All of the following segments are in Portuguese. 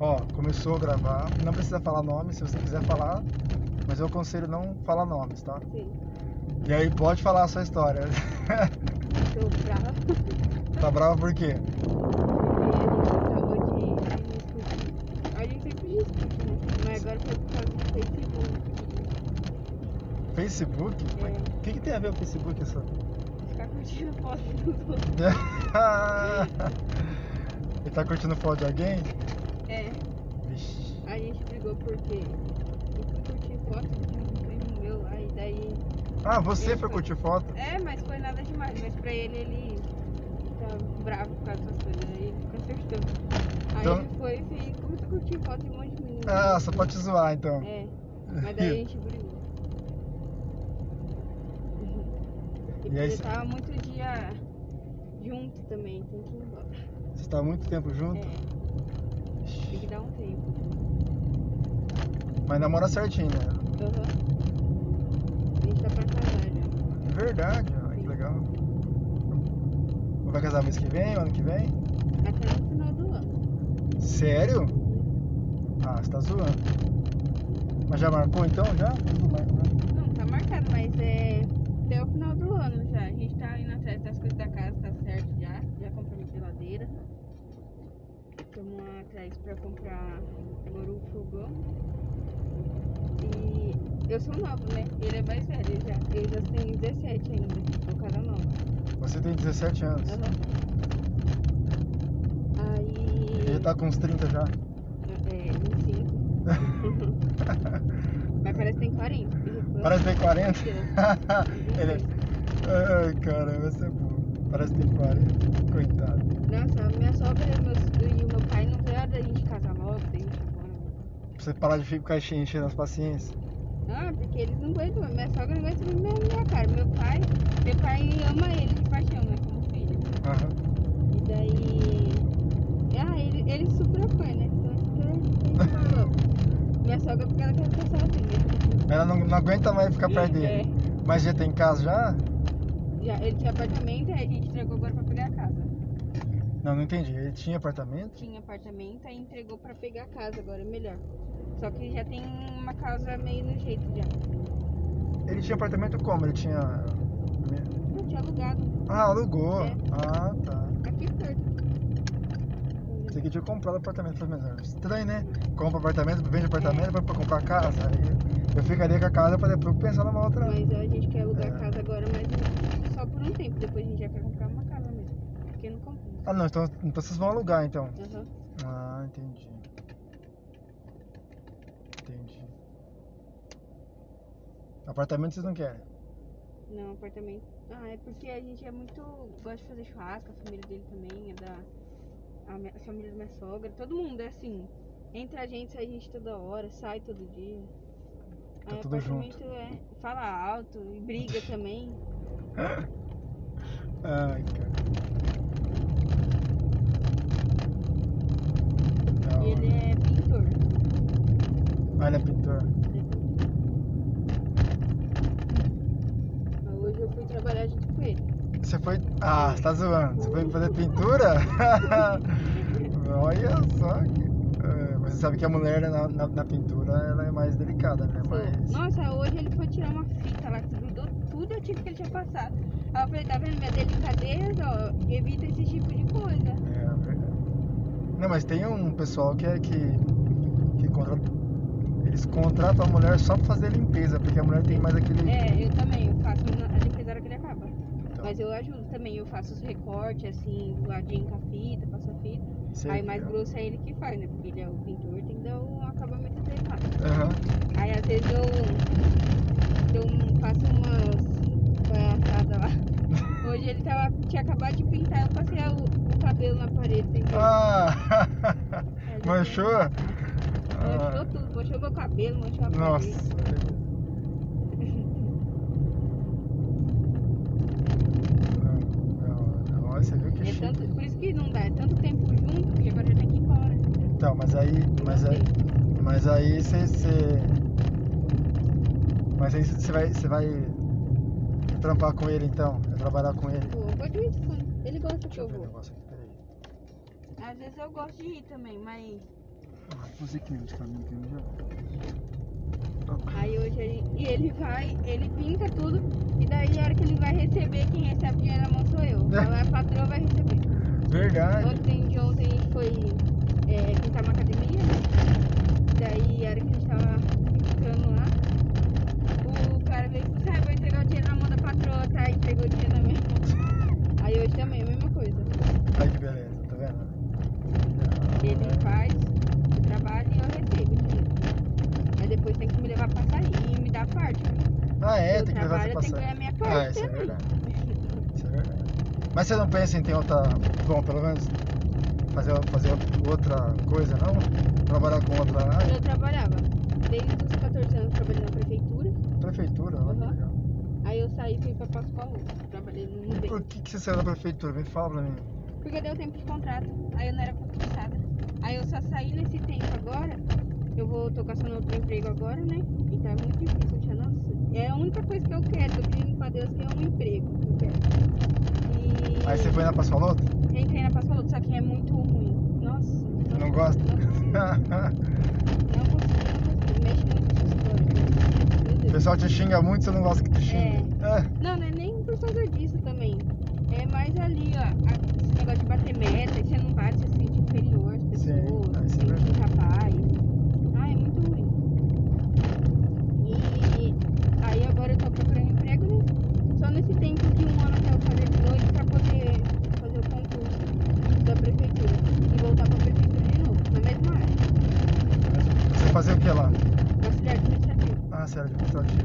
Ó, começou a gravar. Não precisa falar nome se você quiser falar, mas eu aconselho não falar nomes, tá? Sim. E aí pode falar a sua história. Tô brava tá brava por quê? porque a gente acabou de discutir. A gente sempre discute, né? Mas agora foi por causa do Facebook. né? Facebook? É, O que, que tem a ver o Facebook essa? ficar curtindo foto dos outros. Ele tá curtindo foto de alguém? É, Vixe. a gente brigou porque eu fui curtir foto de um primo meu lá e daí. Ah, você Ele foi foi. curtir foto? É, mas foi nada demais. Mas pra ele, ele tá bravo por causa das coisas. Aí ele fica surtando. Aí Então- ele foi e fez- começou a curtir foto de um monte de menino. Ah, só pra te zoar então. É, mas daí a gente brigou. E, E aí porque cê- tava muito dia junto também, tem que ir embora. Você tá há muito tempo junto? É, tem que dar um tempo. Mas namora certinho, né? Aham. A gente tá pra casar já. Verdade, olha que legal. Vai casar mês que vem, ano que vem? Até no final do ano. Sério? Ah, você tá zoando. Mas já marcou então? Já? Não marcou, né? Não, tá marcado, mas é até o final do ano já. A gente tá indo atrás das coisas da casa, tá certo já. Já compramos geladeira. Estamos atrás pra comprar agora o fogão. E eu sou nova, né? Ele é mais velho ele já. Eu já tenho 17 ainda. É um cara novo. Você tem 17 anos. Aham. Aí. Ele tá com uns 30 já. É, 25. mas parece que tem 40. Parece que tem 40. Ele é... Ele... Ai, caramba, essa é boa. Parece que tem 40. Coitado. Nossa, minha sogra e, meus- e o meu pai não veio da gente casar logo, da gente ir embora. Pra você parar de ficar enche- enchendo as paciências. Ah, porque eles não aguentam, minha sogra não aguenta mesmo na minha cara. Meu pai, meu pai ama ele de paixão, né, como filho. Aham. E daí, ah, ele, ele super apoia, né, então isso que ele falou. Minha sogra, porque ela quer ficar sozinha. Ela não, não aguenta mais ficar perto É, dele. Mas já tem casa já? já, ele tinha apartamento, aí a gente entregou agora pra pegar a casa. Não, não entendi. Ele tinha apartamento? Tinha apartamento, aí entregou pra pegar a casa agora, é melhor. Só que já tem uma casa meio no jeito já. Ele tinha apartamento como? Ele tinha. Não tinha alugado. Ah, alugou. É. Ah, tá. Aqui Você perto. que tinha comprado apartamento pra melhor. Estranho, né? Compra apartamento, vende apartamento, vai pra comprar casa. Aí eu ficaria com a casa pra depois pensar numa outra. Mas a gente quer alugar É. a casa agora, mas só por um tempo. Depois a gente já quer comprar uma casa mesmo. Porque não compensa. Ah, não, então, então vocês vão alugar então. Aham. Ah, entendi. Entendi. Apartamento vocês não querem? Não, apartamento. Ah, é porque a gente é muito. gosta de fazer churrasco, a família dele também, é da. A, minha- a família da minha sogra, todo mundo é assim. Entra a gente, sai a gente toda hora, sai todo dia. Tá Aí tudo apartamento é. Fala alto e briga também. Ai, cara. Da E ele hora. é pintor. Ah, ele é pintor. Mas Hoje eu fui trabalhar junto com ele. Você foi. Ah, você tá zoando. Você foi fazer pintura? Olha só. que- é, Mas você sabe que a mulher né, na, na- na pintura ela é mais delicada, né? Foi. Mas. Nossa, hoje ele foi tirar uma fita lá que grudou tudo aquilo que ele tinha passado. Aí eu falei, tá vendo minha delicadeza? Ó, evita esse tipo de coisa. É, a verdade. Não, mas tem um pessoal que é que, que contra- eles contratam a mulher só pra fazer a limpeza, porque a mulher tem mais aquele. É, eu também, eu faço na- a limpeza na hora que ele acaba. Então, Mas eu ajudo também, eu faço os recortes assim, do ladinho com a fita, passo a fita. você- Aí mais grosso é ele que faz, né? Porque ele é o pintor, tem que dar o acabamento dele lá. Aham. Aí às vezes eu, eu faço umas palhaçadas lá. Hoje ele tava, tinha acabado de pintar, eu passei o, o cabelo na parede. sem ver. Ah! Aí ele- Manchou? Ah. Manchou tudo, manchou meu cabelo, manchou a Nossa. parede. Não, não, Olha, você viu que É chique. tanto, por isso que não dá, é tanto tempo junto que agora já tem que ir embora. Então, mas aí. Mas Não aí. Mas aí você. você- Mas aí você vai. Você vai trampar com ele então? Vai trabalhar com ele. Pô, Tipo, eu vou de vez em quando. Ele gosta que Deixa um eu eu ver o vou. negócio aqui, peraí. Às vezes eu gosto de ir também, mas Ah, você que mente pra mim, que não Aí hoje ele, e ele vai, ele pinta tudo, e daí a hora que ele vai receber, quem recebe o dinheiro na mão sou eu. Ela é patroa, vai receber. Verdade. Ontem, de ontem, a gente foi é, pintar uma academia, né? Daí, a hora que a gente tava pintando lá, o cara veio e falou assim, ah, vou entregar o dinheiro na mão da patroa, tá? E entregou o dinheiro na minha mão. Aí hoje também, é a mesma coisa. Ai que beleza, tá vendo? Ele faz o trabalho e eu recebo o dinheiro. Mas depois tem que me levar pra sair e me dar parte. né? Ah, é, Eu tem que levar essa trabalho, eu tenho que passagem. ganhar minha Ah, parte isso é também. verdade. Isso é verdade. Mas você não pensa em ter outra. Bom, pelo menos fazer, fazer outra coisa, não? Trabalhar com outra área? Eu trabalhava desde os 14 anos trabalhando na prefeitura. Prefeitura, olha que Uhum. legal. Aí eu saí e fui pra Pascoal. Trabalhei no Nubank. Por que, que você saiu da prefeitura? Me fala pra mim. Porque deu tempo de contrato, aí eu não era concursada. Aí eu só saí nesse tempo agora. Eu vou, tô caçando outro emprego agora, né? E tá muito difícil, tia. Nossa, é a única coisa que eu quero. Tô pedindo pra Deus que é um emprego. que eu quero. E Aí você foi na Passoloto? entrei na Pascoaloto, só que é muito ruim. Nossa. Você não gosta? Não consigo, não consigo, não consigo. Mexe muito com história. Meu o Deus. pessoal te xinga muito, você não gosta que te xingue. É. Não, não é nem por causa disso também. É mais ali, ó, a- esse negócio de bater meta, que você não bate, você se sente inferior às Sim, pessoas, ah, isso se é sente incapaz. Ah, é muito ruim. E aí agora eu tô procurando emprego, né? Só nesse tempo de um ano que eu fazer de noite pra poder fazer o concurso da prefeitura e voltar pra prefeitura de novo, na mesma área, Você fazia o que lá? na cidade administrativa. Ah, sério, administrativo.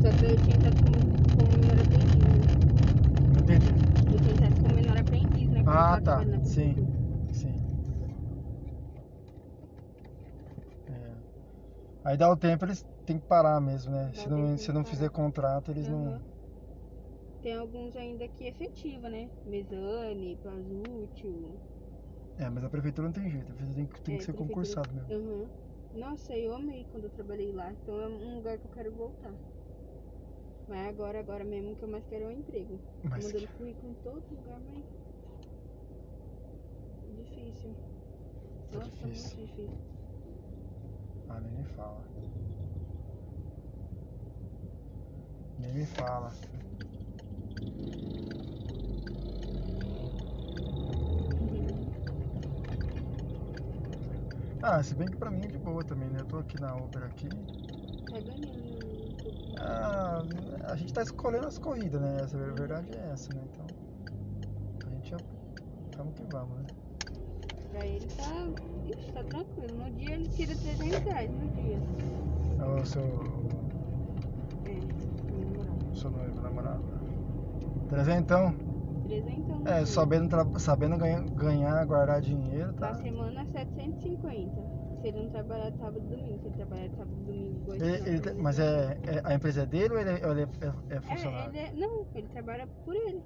Só que eu tinha entrado como, como menor aprendiz, né? Entendi. Eu tinha entrado como menor aprendiz, né? quando eu Ah, tava tá. trabalhando na Sim. prefeitura. Sim. É. Aí dá o tempo, eles têm que parar mesmo, né? Dá Se o não, tempo se de não parar. Uhum. fizer contrato, eles Aham. não. Tem alguns ainda que efetiva, né? Mesane, Plazútil. É, mas a prefeitura não tem jeito, a prefeitura tem que, tem É, que ser prefeitura. concursado mesmo. Aham. Uhum. Nossa, eu amei quando eu trabalhei lá. Então é um lugar que eu quero voltar. Mas agora, agora mesmo que eu mais quero é um emprego. Tô Mas Mandando currículo em todo lugar, mas. Difícil. Tá Nossa, difícil. muito difícil. Ah, nem me fala. Nem me fala. Uhum. Ah, se bem que pra mim é de boa também, né? Eu tô aqui na Uber aqui. Tá ganhando. Ah, a gente tá escolhendo as corridas, né? Essa, a verdade é essa, né? Então, a gente já. Vamos que vamos, né? Pra ele tá. Ixi, tá tranquilo. No dia ele tira 300 reais, no dia. Ô, seu, É, na moral. seu noivo, namorado. Trezentão. 300 no É, um dia. sabendo, tra- sabendo ganha- ganhar, guardar dinheiro, Na tá? semana é 750. Se ele não trabalhar sábado e domingo, se ele trabalhar sábado e domingo, igual esse Ele- final ele pra tem- mim, mas ele é, é- a empresa é dele ou ele é, ou ele é- é- é trabalha. né? É, funcionário? Hum. ele é. Não, ele trabalha por ele.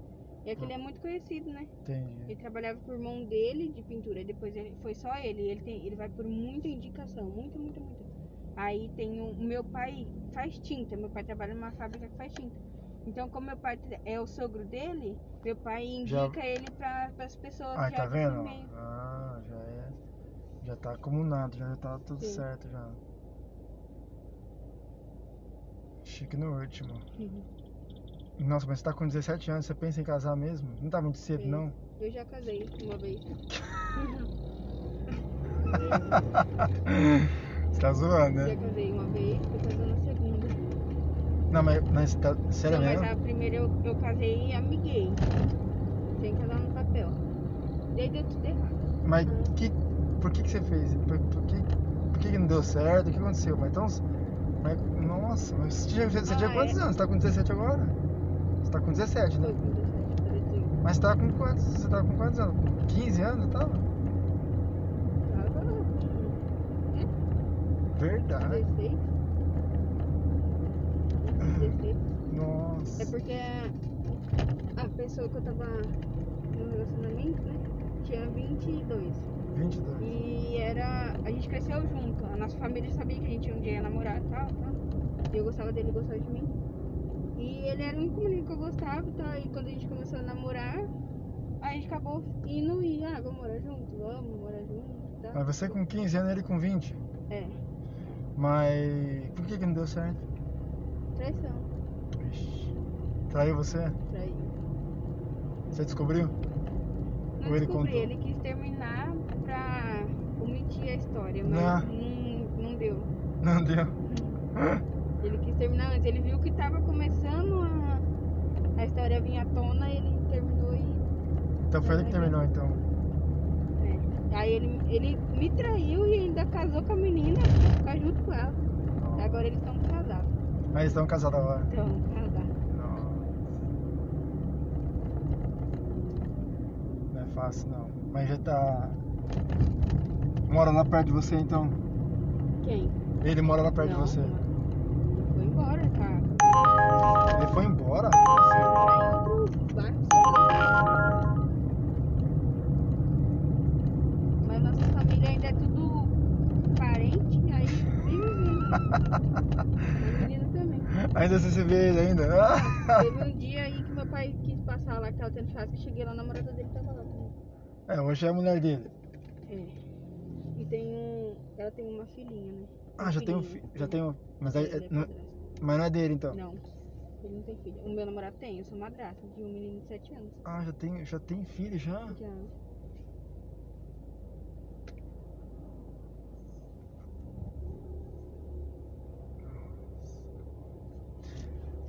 É que ele é muito conhecido, né? Entendi. Ele trabalhava com o irmão dele de pintura, e depois ele, foi só ele. Ele, tem, ele vai por muita indicação, muita, muita, muita. Aí tem o o meu pai faz tinta, meu pai trabalha numa fábrica que faz tinta. Então, como meu pai tra- é o sogro dele, meu pai Já- indica ele para as pessoas Ai, já tá desse vendo? meio. Ah, já é. Já tá acumulado, já tá tudo Sim. certo já. Chique no último. Uhum. Nossa, mas você tá com 17 anos, você pensa em casar mesmo? Não tá muito cedo, Penso. não? Eu já casei uma vez. Você tá zoando, Já né? casei uma vez, tô casando a segunda. Não, mas, mas tá, sério não, mas mesmo? a primeira eu, eu casei e amiguei. Sem casar no papel. Daí deu tudo errado. Mas que, por que que você fez? Por, por que, por que que não deu certo? O que aconteceu? Mas então... mas- nossa, mas você tinha, você tinha Ah, quantos anos? Você tá com 17 agora? Você tá com 17, né? Foi com 17, foi 18. Mas você tá com quantos? Você tá com quantos anos? 15 anos, tá? eu tava? Tava com Verdade. 16. 16. É Nossa. porque a, a pessoa que eu tava no relacionamento, né? Tinha 22. 22. E era. A gente cresceu junto. A nossa família sabia que a gente um dia ia namorar e tal, tal. E eu gostava dele, ele gostava de mim. E ele era o único menino que eu gostava e tal. E quando a gente começou a namorar, a gente acabou indo e, ah, vamos morar junto, vamos morar junto. Mas você com 15 anos, ele com 20. É. Mas por que que não deu certo? Traição. Ixi. Traiu você? Traiu. Você descobriu? Não Ou ele descobri, contou? ele quis terminar pra omitir a história, mas Ah. não, não deu. Não deu. Ele quis terminar antes, ele viu que tava começando a, a história vinha à tona, ele terminou e. Então foi ele que terminou, então. é. Aí ele, ele me traiu e ainda casou com a menina, ficar junto com ela. Agora eles estão casados. Mas eles estão casados agora. Estão casados. Não é fácil, não. Mas já tá... Mora lá perto de você, então? Quem? Ele mora lá perto Não, de você? não. Foi embora, tá? Ele foi embora? Morar em outro bairro. Mas nossa família ainda é tudo parente, aí nem os meninos. Os meninos também. Ainda você se vê ele ainda? Ah! Teve um dia aí que meu pai quis passar lá, que tava tendo churrasco, eu cheguei lá, a namorada dele tava lá também. É, hoje é a mulher dele. É. E tem um. Ela tem uma filhinha, né? Ah, já tem um filho. filhinho. Já tem um... Mas, é- Ele é- não- padrasto. mas não é dele, então? Não, ele não tem filho. O meu namorado tem, eu sou madrasta de um menino de 7 anos. Ah, já tem, já tem filho, já? Já.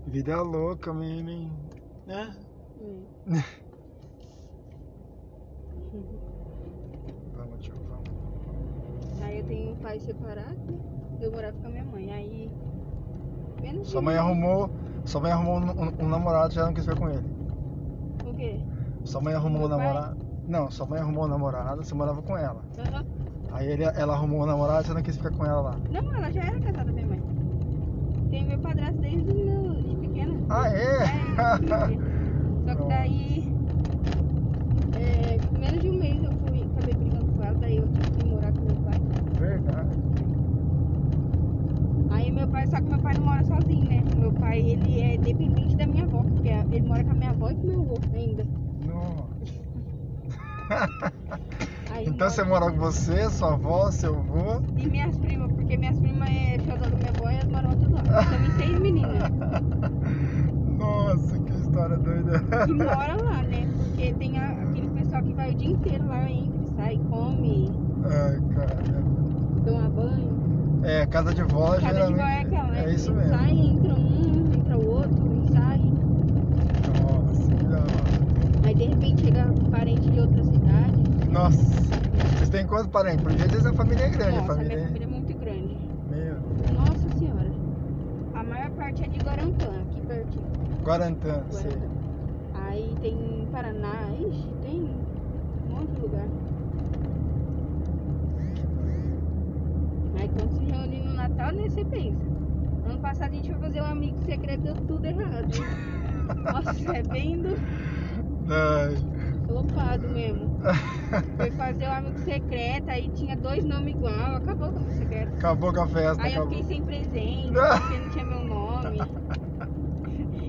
Vida louca mesmo, hein? É? É. Vamos, tio, vamos. Aí eu tenho um pai separado, né? eu morava com a minha mãe. Aí. Menos Sua de mãe um- arrumou... Sua mãe arrumou um, um- um namorado, já não quis ver com ele. O quê? Sua mãe arrumou um Meu pai? namorado... Não, sua mãe arrumou um namorado, você morava com ela. Aham. Aí ele, ela arrumou um namorado, você não quis ficar com ela lá. Não, ela já era casada, minha mãe. Tem meu padrasto desde meu- de pequena. Ah, é? Só que daí. é, com menos de um mês eu fui, acabei brigando com ela, daí eu tive que morar com meu pai. Verdade. Aí meu pai, só que meu pai não mora sozinho, né? Meu pai, ele é dependente da minha avó, porque ele mora com a minha avó e com meu avô ainda. Aí Então você mora com você, sua avó, seu avô. E minhas primas, porque minhas primas é xodó da minha avó e elas moram do lado. Também seis meninas Nossa, que história doida. que moram lá, né? Porque tem a- aquele pessoal que vai o dia inteiro lá, entra, sai, come, Ai, cara. toma banho. É, casa de vó Cada de geralmente. vó é aquela, né? É isso Que mesmo. Sai, entra um, entra o outro, e sai. Nossa, que da hora. Aí de repente chega um parente de outra cidade. Nossa. Vocês têm quantos parentes? Por dia essa família é grande, a Nossa, família. minha hein? família é muito grande. Meu. Nossa senhora. A maior parte é de Guarantã, aqui pertinho. Guarantã, sei. Guarantã. Aí tem Paraná, ixi, tem um monte de lugar. Aí quando se reúne no Natal, né, você pensa. Ano passado a gente foi fazer um amigo secreto, deu tudo errado. Nossa, é bem do Ai. flopado mesmo. Foi fazer um amigo secreto, aí tinha dois nomes igual, acabou com o amigo secreto. Acabou com a festa, Aí eu acabou. fiquei sem presente, Ah. porque não tinha meu nome.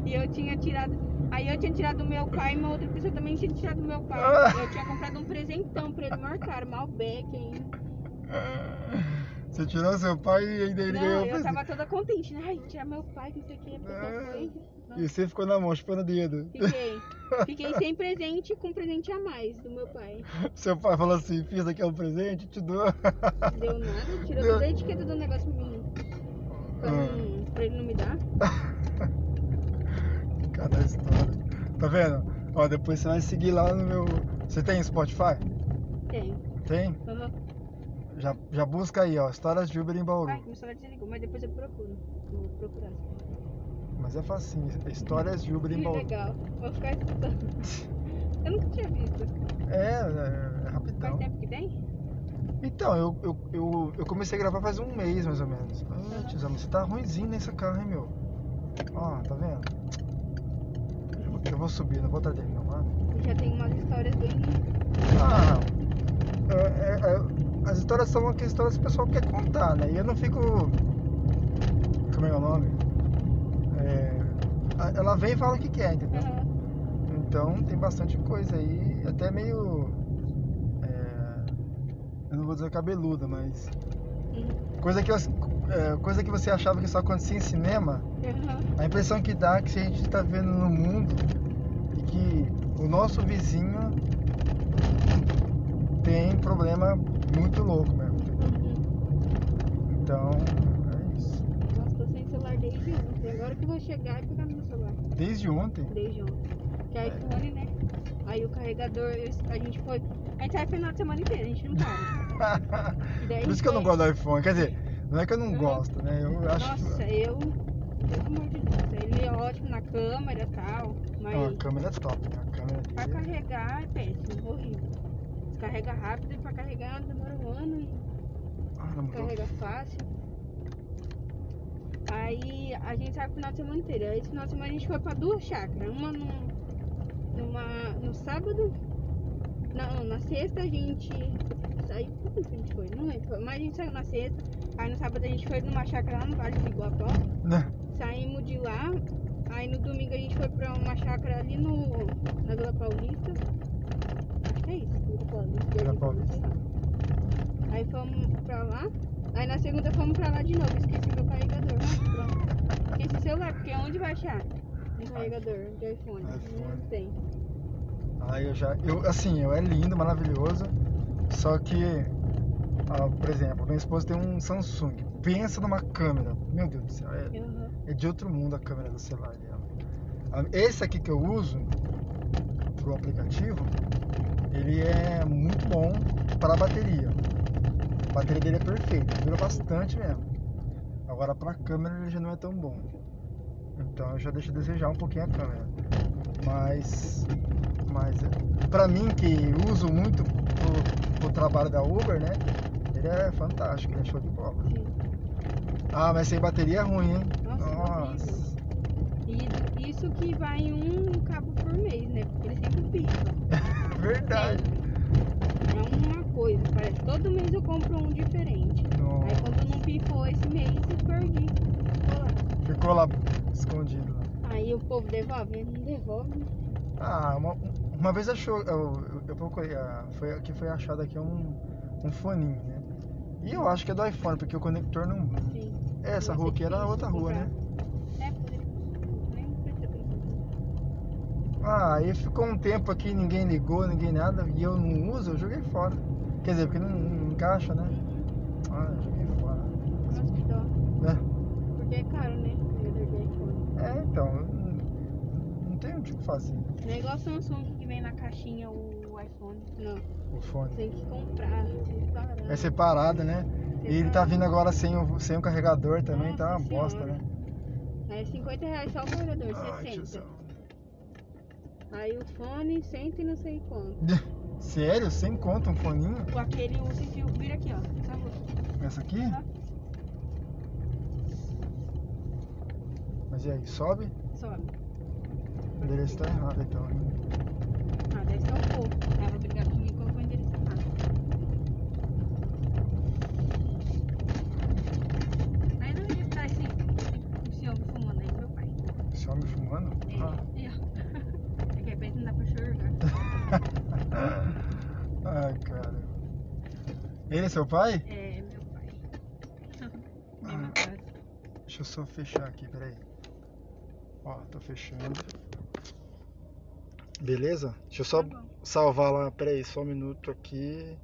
E eu tinha tirado. Aí eu tinha tirado do meu pai e uma outra pessoa também tinha tirado do meu pai. Ah. Eu tinha comprado um presentão pra ele marcar, Malbec ainda. Ah, Você tirou seu pai e ainda ele ganhou Não, o eu presente. tava toda contente, né? Ai, tirar meu pai, não sei o que, a pessoa Ah. foi. E você ficou na mão, chupando o dedo. Fiquei. Fiquei sem presente e com um presente a mais do meu pai. Seu pai falou assim, fiz aqui é um presente, te dou. Não Deu nada, tirou Deu. toda a etiqueta do negócio pra mim. Pra, Ah. não- pra ele não me dar. Cada história. Tá vendo? Ó, depois você vai seguir lá no meu. Você tem Spotify? Tem. Tem? Aham. Já, já busca aí, ó. Histórias de Uber em Bauru. Ai, que meu celular desligou, mas depois eu procuro. Vou procurar. Mas é facinho. Histórias de Uber Que em Bauru. legal. Vou ficar escutando. Eu nunca tinha visto. É, é, é Faz rapidão. tempo que tem? Então, eu, eu, eu, eu comecei a gravar faz um mês mais ou menos. Ah, tiozão, você tá ruimzinho nessa carro, hein, meu? Ó, tá vendo? Eu vou- Eu vou subir, não vou atrás dele, não. Ah, Eu já tem umas histórias bem. Ah, é- é- é- as histórias são aquelas histórias que o pessoal quer contar, né? E eu não fico. Como é o nome? É, a- ela vem e fala o que quer, entendeu? Aham. Então tem bastante coisa aí, até meio. é, Eu não vou dizer cabeluda, mas. Uhum. Coisa que, você- é, coisa que você achava que só acontecia em cinema, Aham. a impressão que dá é que a gente tá vendo no mundo e que o nosso vizinho tem problema muito louco mesmo. Uhum. Então, é isso. Nossa, tô sem celular desde ontem. Agora que eu vou chegar e pegar no meu celular. Desde ontem, Desde ontem. Que é iPhone, né? Aí o carregador, eu- a gente foi. A gente sai final de semana inteira, a gente não para. E daí Por isso que eu não foi- gosto do iPhone. Quer dizer, não é que eu não Uhum. gosto, né? Eu acho Nossa, que. eu. Pelo amor de Deus. Ele é ótimo na câmera e tal. Mas Não, a câmera é top. A câmera pra dele- carregar é péssimo, horrível. Descarrega rápido e pra carregar demora um ano, Ah, não mudou. carrega fácil. Aí a gente sai o final de semana inteiro. Aí esse final de semana a gente foi pra duas chácaras. Uma no, numa, no sábado. Não, na sexta a gente. Aí quando que a gente foi? Não lembro. Mas a gente saiu na sexta. Aí no sábado a gente foi numa chácara lá no Vale do Iguapó. Né? Saímos de lá, aí no domingo a gente foi pra uma chácara ali no, na Vila Paulista. Acho que é isso, Vila Paulista. Vila Jardim Paulista. sei lá. Aí fomos pra lá, aí na segunda fomos pra lá de novo, esqueci meu carregador. Nossa, pronto. Esqueci o celular, porque onde vai achar um carregador de iPhone? iPhone. Não tem. Aí eu já. Eu, assim, eu é lindo, maravilhoso. Só que, ah, por exemplo, minha esposa tem um Samsung. Pensa numa câmera. Meu Deus do céu, é, Aham. é de outro mundo a câmera do celular dela. Ah, Esse aqui que eu uso pro aplicativo, ele é muito bom para a bateria. A bateria dele é perfeita, dura bastante mesmo. Agora para a câmera ele já não é tão bom. Então eu já deixo a desejar um pouquinho a câmera. Mas, mas para mim que uso muito o trabalho da Uber, né? Ele é fantástico, ele é show de bola. Sim. Ah, mas sem bateria é ruim, hein? Nossa, é horrível. E isso que vai um cabo por mês, né? Porque ele sempre pica. Verdade. É uma coisa, parece. Todo mês eu compro um diferente. Aí Nossa, quando não pifou esse mês, eu perdi. Ficou Ficou lá escondido. lá. Aí o povo devolve, não devolve. né? Ah, uma, uma vez achou. Eu, eu- eu procurei. ah, Foi, que foi achado aqui um, um foninho, né? E eu acho que é do iPhone, porque o conector não. Sim. É, Essa Vai rua ser aqui era difícil outra rua, comprar. né? É, poderia. Nem precisa pensar. Ah, aí ficou um tempo aqui, ninguém ligou, ninguém nada, e eu não uso, eu joguei fora. Quer dizer, porque não, não encaixa, né? Uhum. Ah, eu joguei fora. Nossa, que dó. É. Porque é caro, né? Carregador de iPhone. É, então, eu não, não tem o que fazer Não é igual Samsung que vem na caixinha o iPhone. Não, o fone. tem que comprar, separar. É separado, né? E ele tá vindo agora sem o, sem o carregador também, tá uma Nossa bosta, Senhora. né? É 50 reais só o carregador, Ai, 60. tiozão. Aí o fone, 100 e não sei quanto. Sério? Sem conta um foninho? Com aquele o sem fio, vira aqui, ó. Tá bom. Essa aqui? Mas e aí, sobe? Sobe. O endereço tá errado então, né? Ah, deve ser um pouco. Tava brigado comigo colocou o endereço errado. Aí não devia estar assim, esse homem fumando aí, meu pai. Esse homem fumando? É, e ó. É que repente não dá pra enxergar. Ah. Ai, cara. Ele é seu pai? É, meu pai. Mesma coisa. Deixa eu só fechar aqui, peraí. Ó, tô fechando. Beleza? Deixa eu só Tá bom. salvar lá, peraí, só um minuto aqui.